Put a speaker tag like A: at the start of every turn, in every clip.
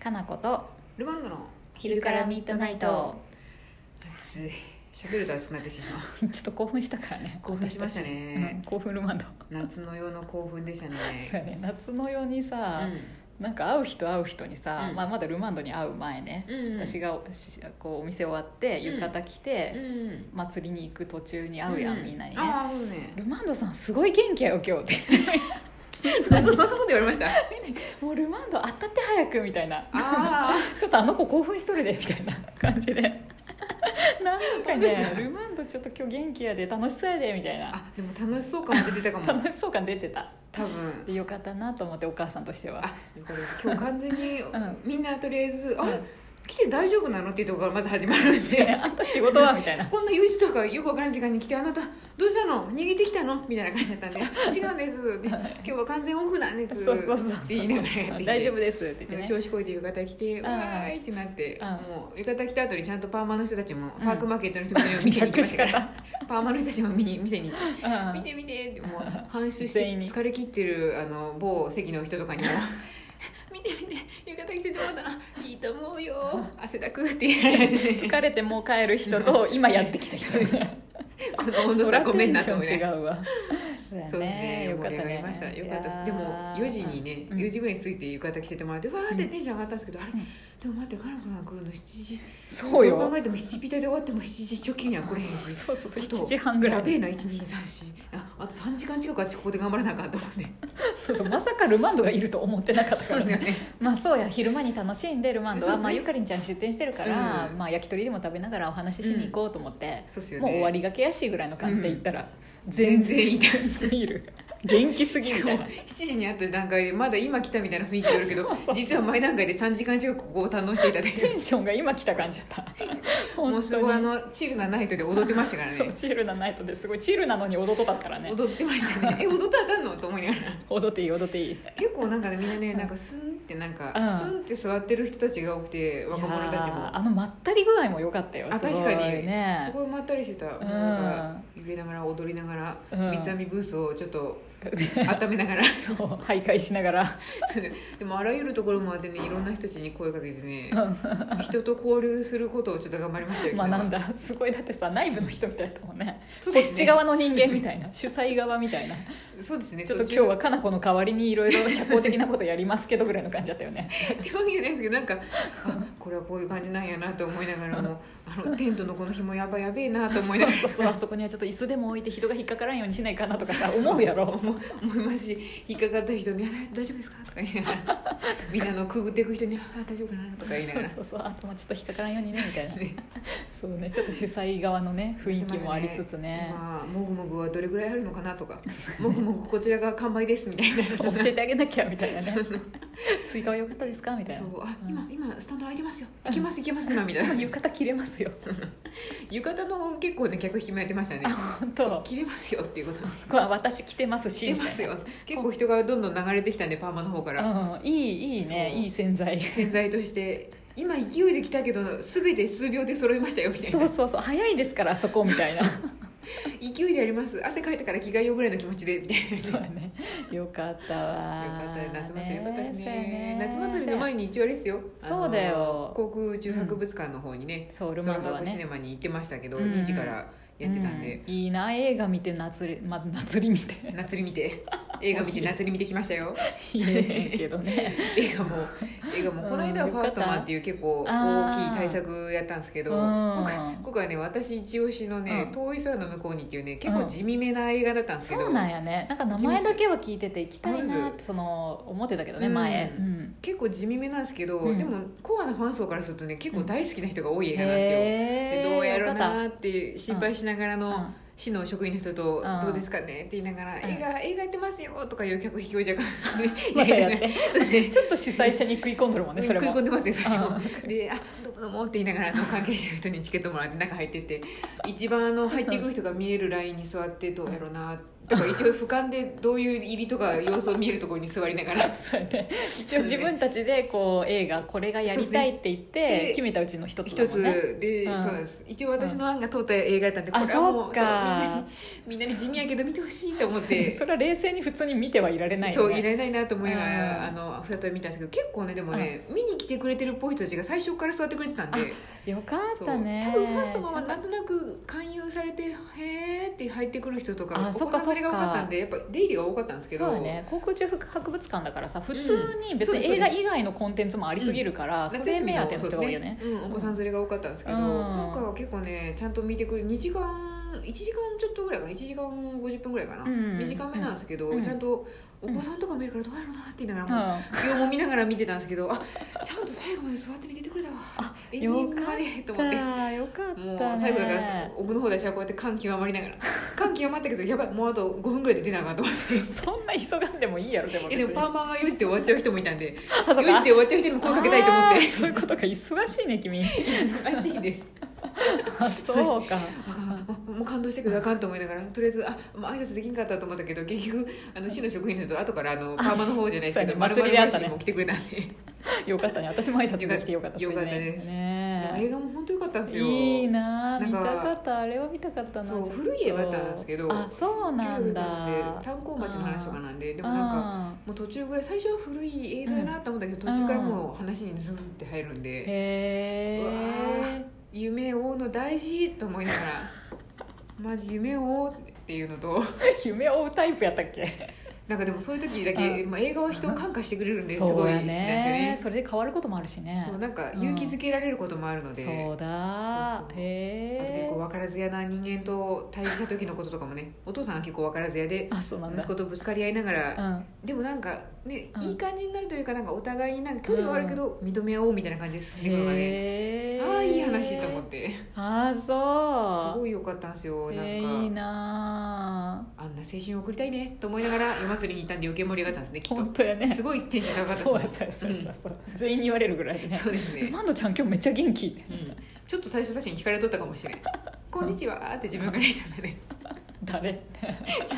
A: かなこと
B: ルマンドの
A: 昼からミッドナイト
B: 暑い喋ると暑くなってしまう
A: ちょっと興奮したからね
B: 興奮しました
A: 私
B: ね
A: たちうん、興奮ルマンド
B: 夏のようの興奮でした
A: そう
B: ね
A: やね夏のように
B: う
A: さ、
B: ん
A: なんか会う人会う人にさ、
B: うん
A: まあ、まだルマンドに会う前ね、
B: うん
A: 私がしこうお店終わって浴衣着て、
B: うん
A: 祭りに行く途中に会うやん、
B: う
A: みんなにね
B: ああそうね
A: ルマンドさんすごい元気やよ今日って
B: そうそんなこと言われました
A: もうルマンド当たって早くみたいな
B: あ
A: ちょっとあの子興奮しとるでみたいな 感じで なんか
B: 本当です
A: ね
B: か
A: ルマンドちょっと今日元気やで楽しそうやでみたい
B: あ
A: な
B: あでも楽しそう感も出てたかも
A: 楽しそう感出てた
B: 多分
A: でよかったなと思ってお母さんとしては
B: あよかったです今日完全に、
A: ん
B: みんなとりあえず「
A: ん
B: あれ来て大丈夫なの?」っていうところからまず始まるんで
A: 「あんた仕事は?」みたいな
B: こんな4時とかよくわからん時間に来て「あなたどうしたの逃げてきたの?」みたいな感じだったん であ「違うんです」で今日は完全オフなんです」
A: そうそうそう
B: って言いながらやっ
A: 「
B: てきて
A: 大丈夫です」って言って
B: 調
A: ね
B: 子こいて浴衣着て「
A: ん
B: わーい!」ってなって
A: うん
B: もう浴衣着た後にちゃんとパーマの人たちも
A: うん
B: パークマーケットの人も 見に行きましたからパーマの人たちも見に店に行って「見
A: うん
B: て見て」っ てもう搬出し
A: 全
B: て
A: 員に
B: 疲れ切ってるあの某席の人とかにも 「見て見て浴衣着せてもらったらいいと思うよ汗だく」って言われて
A: 疲れてもう帰る人と今やってきた人
B: この温度差ごめんなと思い
A: そ
B: な
A: らテンショ
B: がら。
A: ン違うわ
B: そうですね、
A: よかっ
B: 盛り
A: た
B: 上が
A: ね
B: りました。よかったです。
A: いやー
B: でも4時にね、
A: うん
B: 4時ぐらいに着いて浴衣着せてもらって、わーって
A: うん
B: テンション上がったんですけど、あれ、
A: うん
B: でも待って、かなこさん来るの7時。
A: そう
B: どう
A: よ
B: 考えても7ピタで終わっても7時直近には来れへんし。
A: そうそう
B: あと
A: 7時半ぐらい
B: やべえな、1、2、3、4。あ、あと3時間近くはここで頑張らなあかんと思って。
A: そうそうまさかルマンドがいると思ってなかったからね
B: ね。
A: まあそうや昼間に楽しんでルマンドは、
B: そうそう
A: まあ、ゆかりんちゃん出店してるから、
B: うん
A: まあ、焼き鳥でも食べながらお話ししに行こうと思って、
B: そうっすよね。
A: もう終わりがけやしいぐらいの感じで行ったら、全
B: 全
A: 然
B: 然いた。
A: いる元気すぎ
B: し
A: る
B: か
A: み
B: も
A: たい
B: 7時に会った段階でまだ今来たみたいな雰囲気があるけ ど
A: そうそう
B: 実は前段階で3時間近くここを堪能していた と
A: なテ
B: いう
A: ンションが今来た感じだった 本当に
B: もうすごいあのチルなナイトで踊ってましたから
A: そう
B: ね
A: チルなナイトですごいチルなのに踊っとったからね
B: 踊ってましたねえ踊ったらあかんのと思いながら
A: 踊っていい踊っていい
B: 結構なんかねみんなねなんかスンってなんか、
A: うん
B: スンって座ってる人たちが多くて若者たち
A: いや
B: も
A: ーあのまったり具合も良かったよ
B: あ
A: すごい
B: 確かに
A: ね
B: すごいまったりしてた、
A: ん
B: なんか揺れながら踊りながら、
A: うん
B: 三つ編みブースをちょっと温めながら
A: そう徘徊しながら
B: そうねでもあらゆるところもあってねいろんな人たちに声かけてね
A: うん
B: 人と交流することをちょっと頑張りましたよ昨日
A: 学んだすごいだってさ内部の人みたいだもんね
B: そう
A: こ
B: で
A: っ
B: すね
A: ち側の人間みた いな主催側みたいな
B: そうですね
A: ちょっと
B: 途
A: 今
B: 中
A: 日はかなこの代わりにいろいろ社交的なことやりますけどぐらいの感じだったよ ね
B: ってわけじゃないですけどなんかあこれはこういう感じなんやなと思いながらもあのテントのこの紐やばいやべえなと思いながら
A: そうあそこにはちょっと椅子でも置いて人が引っかからんようにしないかなとかさ思うやろ
B: 思いますし引っかかった人に「あ大丈夫ですか?」とか言いなが らみんなのくぐっていく人に「あ大丈夫かな?」とか言いながら
A: そうそうあとまあちょっと引っかからんようにねみたいな
B: ね
A: そうねちょっと主催側のね雰囲気もありつつね
B: まあもぐもぐはどれぐらいあるのかなとか「もぐもぐこちらが完売です」みたいな
A: 教えてあげなきゃみたいなね
B: そうそう
A: 追加は良かったですかみたい
B: そ
A: な
B: うあ
A: うん
B: 今今スタンド空いてますよ行きます行きます今みたいな
A: 浴衣着れます よ
B: 浴衣の結構ね客引きもやってましたね
A: あ本
B: そう
A: 当
B: 切れますよっていうこと
A: これは私着てますし
B: 切れ
A: みたい
B: ま
A: な
B: すよ結構人がどんどん流れてきたんでパーマの方から、
A: うん、いいいいね
B: そう
A: いい洗剤
B: 洗剤として今勢いで来たけど全て数秒で揃いましたよ みたい
A: そう
B: な
A: そうそう早いですからあそこみたいな
B: 勢いでやります汗かいたから着替えようぐらいの気持ちでみたい な
A: そうだねよかったわ
B: よかったね夏祭りよかったですね
A: そうや
B: 夏祭りの前に一応あれですよあの
A: そうだよ
B: 航空宇宙博物館の方にね、
A: そうル
B: ソ
A: マ
B: ロ
A: ンドは
B: 博シ
A: ね
B: ネマに行ってましたけど、
A: うん
B: 2時からやってたんで、
A: うんいいな映画見て祭り、ま、祭り見て
B: 祭り見て映画見て祭り見てきましたよ
A: いいねけどね
B: 映画も映画も
A: うん
B: この間は「ファーストマン」っていう結構大きい大作やったんですけど
A: うん
B: 今回今回はね私一押しのね
A: う
B: 「
A: ん
B: 遠い空の向こうに」っていうね結構地味めな映画だったんですけど
A: そうなんやねなんか名前だけは聞いてて行きたいなってその思ってたけどね、
B: うん
A: 前、うん、
B: 結構地味めなんですけど
A: うん
B: でもコアなファン層からするとね結構大好きな人が多い映画なんですよ
A: へ
B: で
A: え
B: どうやろう
A: よかっ
B: なーって心配しながら
A: た
B: の市の職員の人と
A: うん
B: 「どうですかね?」って言いながら
A: ん
B: 「映画映画やってますよ」とかいう客引きを若干ね
A: うんまたやっ
B: ね
A: てちょっと主催者に食い込んどるもんねそれ
B: 食い
A: も
B: 込んでますねそっちも
A: う
B: で「あどうもどうも」って言いながらあの関係者の人にチケットもらって中入ってって一番あの入ってくる人が見えるラインに座ってどうやろうなとか一応俯瞰でどういう入りとか様子を見るところに座りながら
A: そうやね一応自分たちでこう映画これがやりたいって言っ
B: ね
A: て
B: で
A: 決めたうちの一つだ
B: 一
A: もん
B: つ
A: ね
B: で、
A: うん
B: そうなんです一応私の案が通った映画やったんでこ
A: あ
B: れはもう
A: そうか
B: そうみんなにみんなに地味やけど見てほしいと思って
A: それは冷静に普通に見てはいられないよね
B: そういられないなと思いながらあ
A: うん
B: の再び見たんですけど結構ねでもね、見に来てくれてるっぽい人たちが最初から座ってくれてたんで
A: よか
B: そ
A: っ
B: う
A: たね
B: 多分ファーストマンはなんとなく勧誘されて「へーって入ってくる人とか
A: あ
B: お
A: そ
B: 子
A: っか
B: さんそれが多かったんでやっぱ出入りが多かったんですけど
A: そうだね航空宇宙博物館だからさ普通に別に映画以外のコンテンツもありすぎるから、それ目当ての人が多いよね
B: そうですうん、お子さん連れが多かったんですけど、
A: うん
B: 今回は結構ねちゃんと見てくる2時間1時間ちょっとぐらいかな1時間50分ぐらいかな、
A: うん
B: 短めなんですけど、
A: うん
B: ちゃんとお子さんとか見るからどうやろうなって言いながらも気をもみながら見てたんですけどあちゃんと最後まで座って見ててくれたわエンディングまでと思って
A: あよかった
B: も
A: よ
B: う
A: かった、ね、
B: 最後だから奥の方で私はこうやって感極まり ながら感極まったけどやばいもうあと5分ぐらいで出なあかんと思って
A: そんな急がんでもいいやろでも
B: えでもパー
A: ン
B: マが4時で終わっちゃう人もいたんで
A: あ
B: 4
A: そ
B: 時
A: う
B: で
A: か
B: 終わっちゃう人にも声かけたいと思って
A: そういうことか忙しいね君
B: 忙しいです
A: あそうか
B: あかんあ もう感動したけどあかんと思いながらとりあえずあもう挨拶できんかったと思ったけど結局あの市の職員の人後からあのパーマの方じゃないですけど
A: そうやね
B: 丸
A: 祭
B: 々
A: りであっ
B: 市
A: たね
B: にも来てくれたんで、
A: よかったね私も挨拶できてよかった
B: よかったですでも映
A: ね
B: 画も本当良かったんですよ
A: いいな
B: なん
A: 見
B: か
A: たかったあれは見たかったな
B: そう
A: ちょっと
B: 古い映画だったんですけど
A: あそうなんだ
B: 1900年で炭鉱町の話とかなんででもなんか
A: か
B: もう途中ぐらい最初は古い映像やなと思ったけど、
A: うん
B: 途中からもう話にズンって入るんで、
A: へ
B: うわ
A: え
B: ー夢を追うの大事と思い ながらマジ夢を追うっていうのと
A: 夢を追うタイプやったっけ
B: なんかでもそういう時だけ、まあ、映画は人を感化してくれるんですごい好きなんですよね
A: それで変わることもあるしね
B: そうなんか勇気づけられることもあるので、
A: そうだ
B: そうそうあと結
A: へ
B: 構
A: え
B: 分からずやな人間と対峙した時のこととかもねお父さんが結構分からずやで
A: あそうなんだ
B: 息子とぶつかり合いなが
A: う
B: ら、
A: ん
B: でもなんかね、
A: うん
B: いい感じになるというかなんかお互いになんか距離はあるけど、認め合おうみたいな感じですねこれがね。
A: へえ
B: ああいい話と思って
A: あ
B: す
A: そう
B: ごい良かったんですよなんか、
A: えーいいな
B: あんな青春を送りたいねと思いながら夜祭りに行ったんで余計盛り上がったんですねき
A: ー本
B: っ
A: 当や
B: と
A: ね
B: すごいテンション高
A: そう
B: か
A: や
B: っ
A: そう
B: た
A: や
B: です
A: そ
B: ね
A: うやそうや全員に言われるぐらいで
B: うん
A: ね
B: そうですね、
A: マンドちゃん今日めっちゃ元気
B: うん、ちょっと最初写真引かれとったかもしれん「こんにちは」って自分から言ったんだね
A: 誰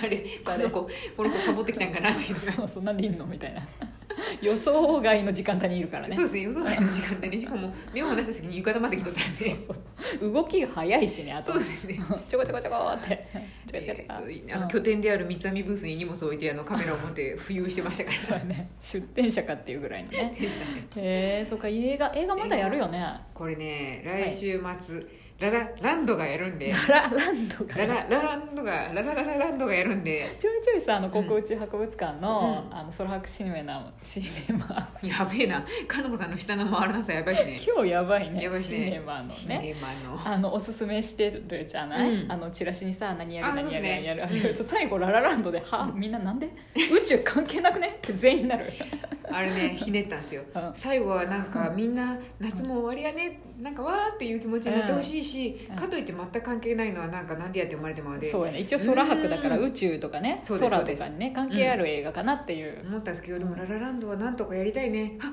B: 誰この子この子サボってきたんかなっていうのが
A: そうそんなりんのみたいな予想外の時間帯にいるからね
B: そうですね予想外の時間帯 にしかも目を出した時に浴衣まで来とったんで
A: 動きが早いしねあと
B: そうですね
A: ちょこちょこちょこってちょこちょ
B: で
A: こ
B: そう
A: ちょ
B: あ
A: こ
B: の拠点である三つ編みブースに荷物を置いてあのカメラを持って浮遊してましたから
A: うんね出店者かっていうぐらいのね
B: でしたね
A: へえそうか映画映画まだやるよね
B: これね来週末、ララランドがやるんで
A: ララランドが
B: ラララランドがララララランドがやるんで
A: ちょいちょいさあの航空宇宙博物館の,、
B: うん
A: あの空白シネマシネマ
B: やべえなかのこさんの下の回らなさやばいしね
A: 今日やばいね
B: やばいし
A: シ
B: ね
A: ネマの
B: シ
A: ね
B: ネマの
A: あのおすすめしてるじゃない、
B: うん
A: あのチラシにさ何や
B: あ
A: る何やる何やる
B: そ
A: あ
B: うですね
A: れ、最後ララランドで「はみんななんで 宇宙関係なくね?」って全員なる
B: あれね ひねったんですよ
A: うん
B: 最後はなんかみんな夏も終わりやねなんかわーっていう気持ちになってほしいし
A: うん
B: かといって全く関係ないのはなんかなんでやって生まれてまうで
A: そうやね一応空白だから宇宙とかね
B: そう
A: 空
B: です
A: とかにね関係ある映画かなっていう、
B: 思ったんですけどでもララランドはなんとかやりたいねあ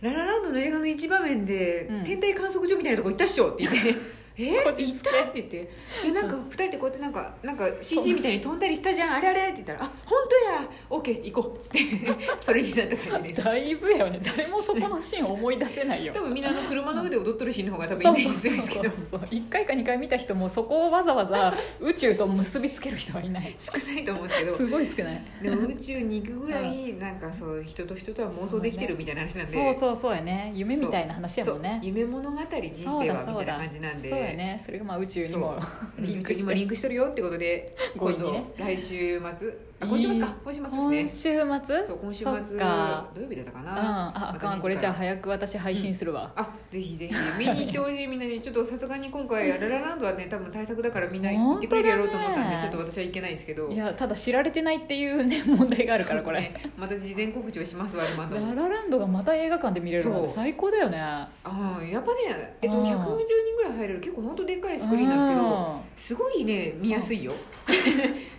B: ララランドの映画の一場面で
A: うん
B: 天体観測所みたいなとこ行ったっしょって 言って「え
A: こじつけ
B: 行った?」って言って「えなんか2人でこうやってなんかなんか CG みたいに飛んだりしたじゃんあれあれ?」って言ったら「あ本当や OK 行こう」っつって それになった感じです
A: だいぶやよね誰もそこのシーン思い出せない よ
B: 多分みんなあの車の上で踊っとるシーンの方が多分イ
A: そう
B: メ
A: そうそう
B: ージ強いですけど
A: そうそう1回か2回見た人もそこをわざわざ宇宙と結びつける人はいない
B: 少ないと思うんですけど
A: すごい少ない
B: でも宇宙に行くぐらいなんかそう人と人とは妄想できてるみたいな話なんで
A: そうそうそうやね夢みたいな話や
B: そ
A: も
B: うん
A: ね
B: 夢物語人生
A: そう
B: は
A: だそ
B: みた
A: う
B: いな
A: だ
B: 感じなんで
A: そうやねそれがまあ宇宙にも
B: リ
A: リ
B: ン
A: ン
B: ク
A: ク
B: に
A: して
B: もリンクしてるよってことで
A: 強
B: 今
A: 引に
B: 度
A: ね
B: 来週末あ今週末か今週末です
A: 今週
B: ね
A: 末
B: そう今週
A: そ
B: 末
A: っか
B: 土曜日だったか
A: うん
B: な
A: ああ
B: また
A: かん
B: 2時
A: これじゃあ
B: から
A: 早く私配信するわ、
B: あぜひぜひ見に行ってほしいみんなにちょっとさすがに今回ララランドはね多分対策だからみんな行ってくれるやろうと思ったんで、
A: 本
B: ちょ
A: 当
B: っと
A: だ
B: 私は行けないですけど
A: いやただ知られてないっていうね問題があるからこれ、
B: そうです ねまた事前告知をしますわルマンド
A: ラ
B: も
A: ラランドがまた映画館で見れるの
B: そう
A: 最高だよね
B: あーやっぱね、えっと、
A: うん
B: 140人ぐらい入れる結構ほんとでっかいスクリーンなんですけ
A: う
B: ど
A: ん
B: すごいね見やすいよ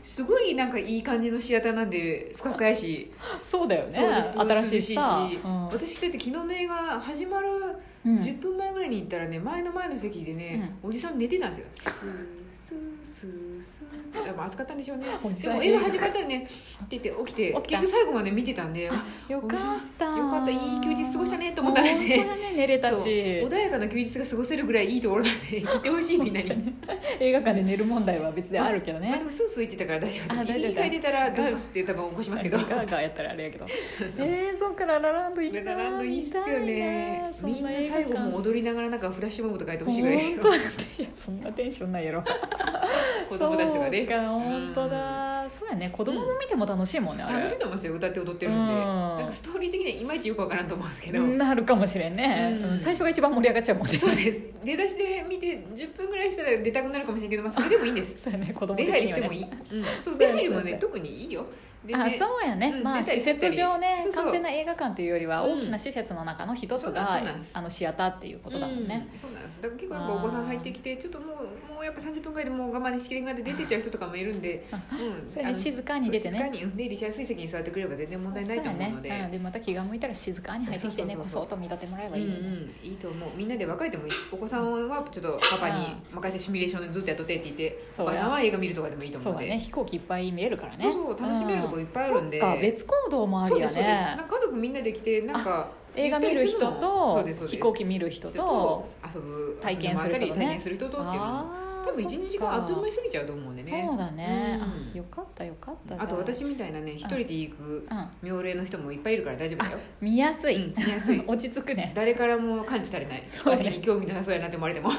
B: すごいなんかいい感じのシアターなんで不可解し、
A: そうだよね
B: そうですごい
A: 新しいさ
B: 涼しいし
A: うん
B: 私だって昨日の映画始まる
A: うん
B: 10分前ぐらいに行ったらね前の前の席でね、おじさん寝てたんですよスースースースーって多分暑かったんでしょうね
A: おじ
B: で
A: さん
B: も映画始まったらねって言って起き
A: 起き
B: て
A: た
B: 結局最後まで見てたんであ
A: よかった
B: よかったいい休日過ごしたねと思ったんですね
A: 本当だね寝れた
B: そう
A: し
B: 穏やかな休日が過ごせるぐらいいいところなんで行ってほしいみんなに、
A: 映画館で寝る問題は別であるけど
B: まあ、で
A: ね
B: もスースー言ってたから大丈
A: あ大
B: 夫
A: 丈夫
B: で一回出たらドスって多分起こしますけど
A: ガーガーやったらあれやけど
B: そうそう
A: えー、そうかララランドいいな
B: ララランドいいっすよねみ
A: 見た
B: んない
A: な
B: 最後も
A: う
B: 踊りながらなんかフラッシュモブとかやってほしいぐらいですよ
A: 本当いやそんなテンションないやろ
B: 子供たちとか
A: そう
B: ね
A: か本当だそうやね子供も見ても楽しいもんね、あれ
B: 楽しいと思いますよ歌って踊ってる
A: う
B: んで
A: ん
B: なんかストーリー的にはいまいちよくわからんと思うんですけど
A: なるかもしれんね、
B: うん
A: うん最初が一番盛り上がっちゃうもんね
B: そうです出だしで見て10分ぐらいしたら出たくなるかもしれんけどまあそれでもいいんです
A: そうやね子供的
B: 出
A: にはね
B: 入りしてもいい、うん、そう
A: う
B: 出入りも
A: そう
B: ね
A: そう
B: 特にいいよで
A: あ
B: ね
A: そうやね、
B: うん
A: まあ
B: 出たり
A: 施設上ね
B: そうそう
A: 完全な映画館というよりは
B: うん
A: 大きな施設の中の一つ
B: そうなん
A: が、
B: そうなんです
A: あのシアターっていうことだもんね、
B: うんそうなんですだから結構やっぱお子さん入ってきてちょっともうもうやっぱ30分ぐらいでもう我慢しきれなくなって出てっちゃう人とかもいるんで、うん
A: そうやね
B: あの
A: 静かに出てね
B: そう静かにうん出入りしやすい席に座ってくれれば全然問題ないと思うので
A: そうやねうん、でまた気が向いたら静かに入ってきてね
B: そうそうそうそう
A: こそっと見立てもらえば
B: うん
A: いいよね、
B: うん、いいと思うみんなで別れてもいいお子さんはちょっとパパに任せてシミュレーションでずっとやっとってって言って
A: そう
B: お
A: や
B: 母さんは映画見るとかでもいいと思
A: そうう
B: の
A: だ
B: で
A: ね飛行機いっぱい見えるからね
B: そうそう楽しめるとこいっぱいあるんで
A: そっか別行動もあ
B: そ
A: る
B: う
A: よ
B: ですそうですなん
A: ね
B: か家族みんなで来てなんか
A: 映画見る人と飛
B: 飛
A: 行
B: 行機
A: 機見る人
B: と
A: と
B: 遊ぶ
A: 体験する人とね
B: 遊び回ったり体験する人とっていうのも
A: あー
B: 多分12時間あっという間に過ぎちゃうと思うんでね
A: そうだね、
B: うん
A: あよかったよかった
B: あと
A: じ
B: 私みたいなね一人で行く
A: ゃあ
B: 妙齢の人もいっぱいいるから大丈夫だよ、
A: うん、見やす
B: う
A: い、
B: ん、見やすい
A: 落ち着くね
B: 誰からも感知されない飛
A: そう
B: 行
A: ね
B: 機に興味なさそうやなって思 われても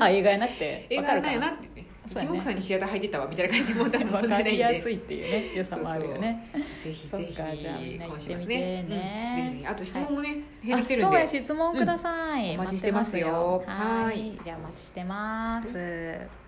A: あ映画やなって
B: 映
A: わ
B: 画
A: か
B: や
A: る
B: な
A: か
B: い
A: な
B: なってね
A: そうやね
B: 一目散にシアター入ってったわみたいな感じでもう多分
A: 分
B: 問
A: か
B: 題ない
A: り
B: んで
A: やすいっていうね良さもあるよね
B: ぜひぜひ
A: そっかじゃあみんな行
B: 今
A: っ
B: してま
A: み
B: す
A: て
B: ね
A: ね
B: うんぜひぜひあと質問もね減ってきてる
A: あ
B: ん
A: そうや
B: で
A: 質問ください、
B: うんお待ちしてますよ
A: 待ってま
B: は
A: す
B: い
A: はいじゃあお待ちしてます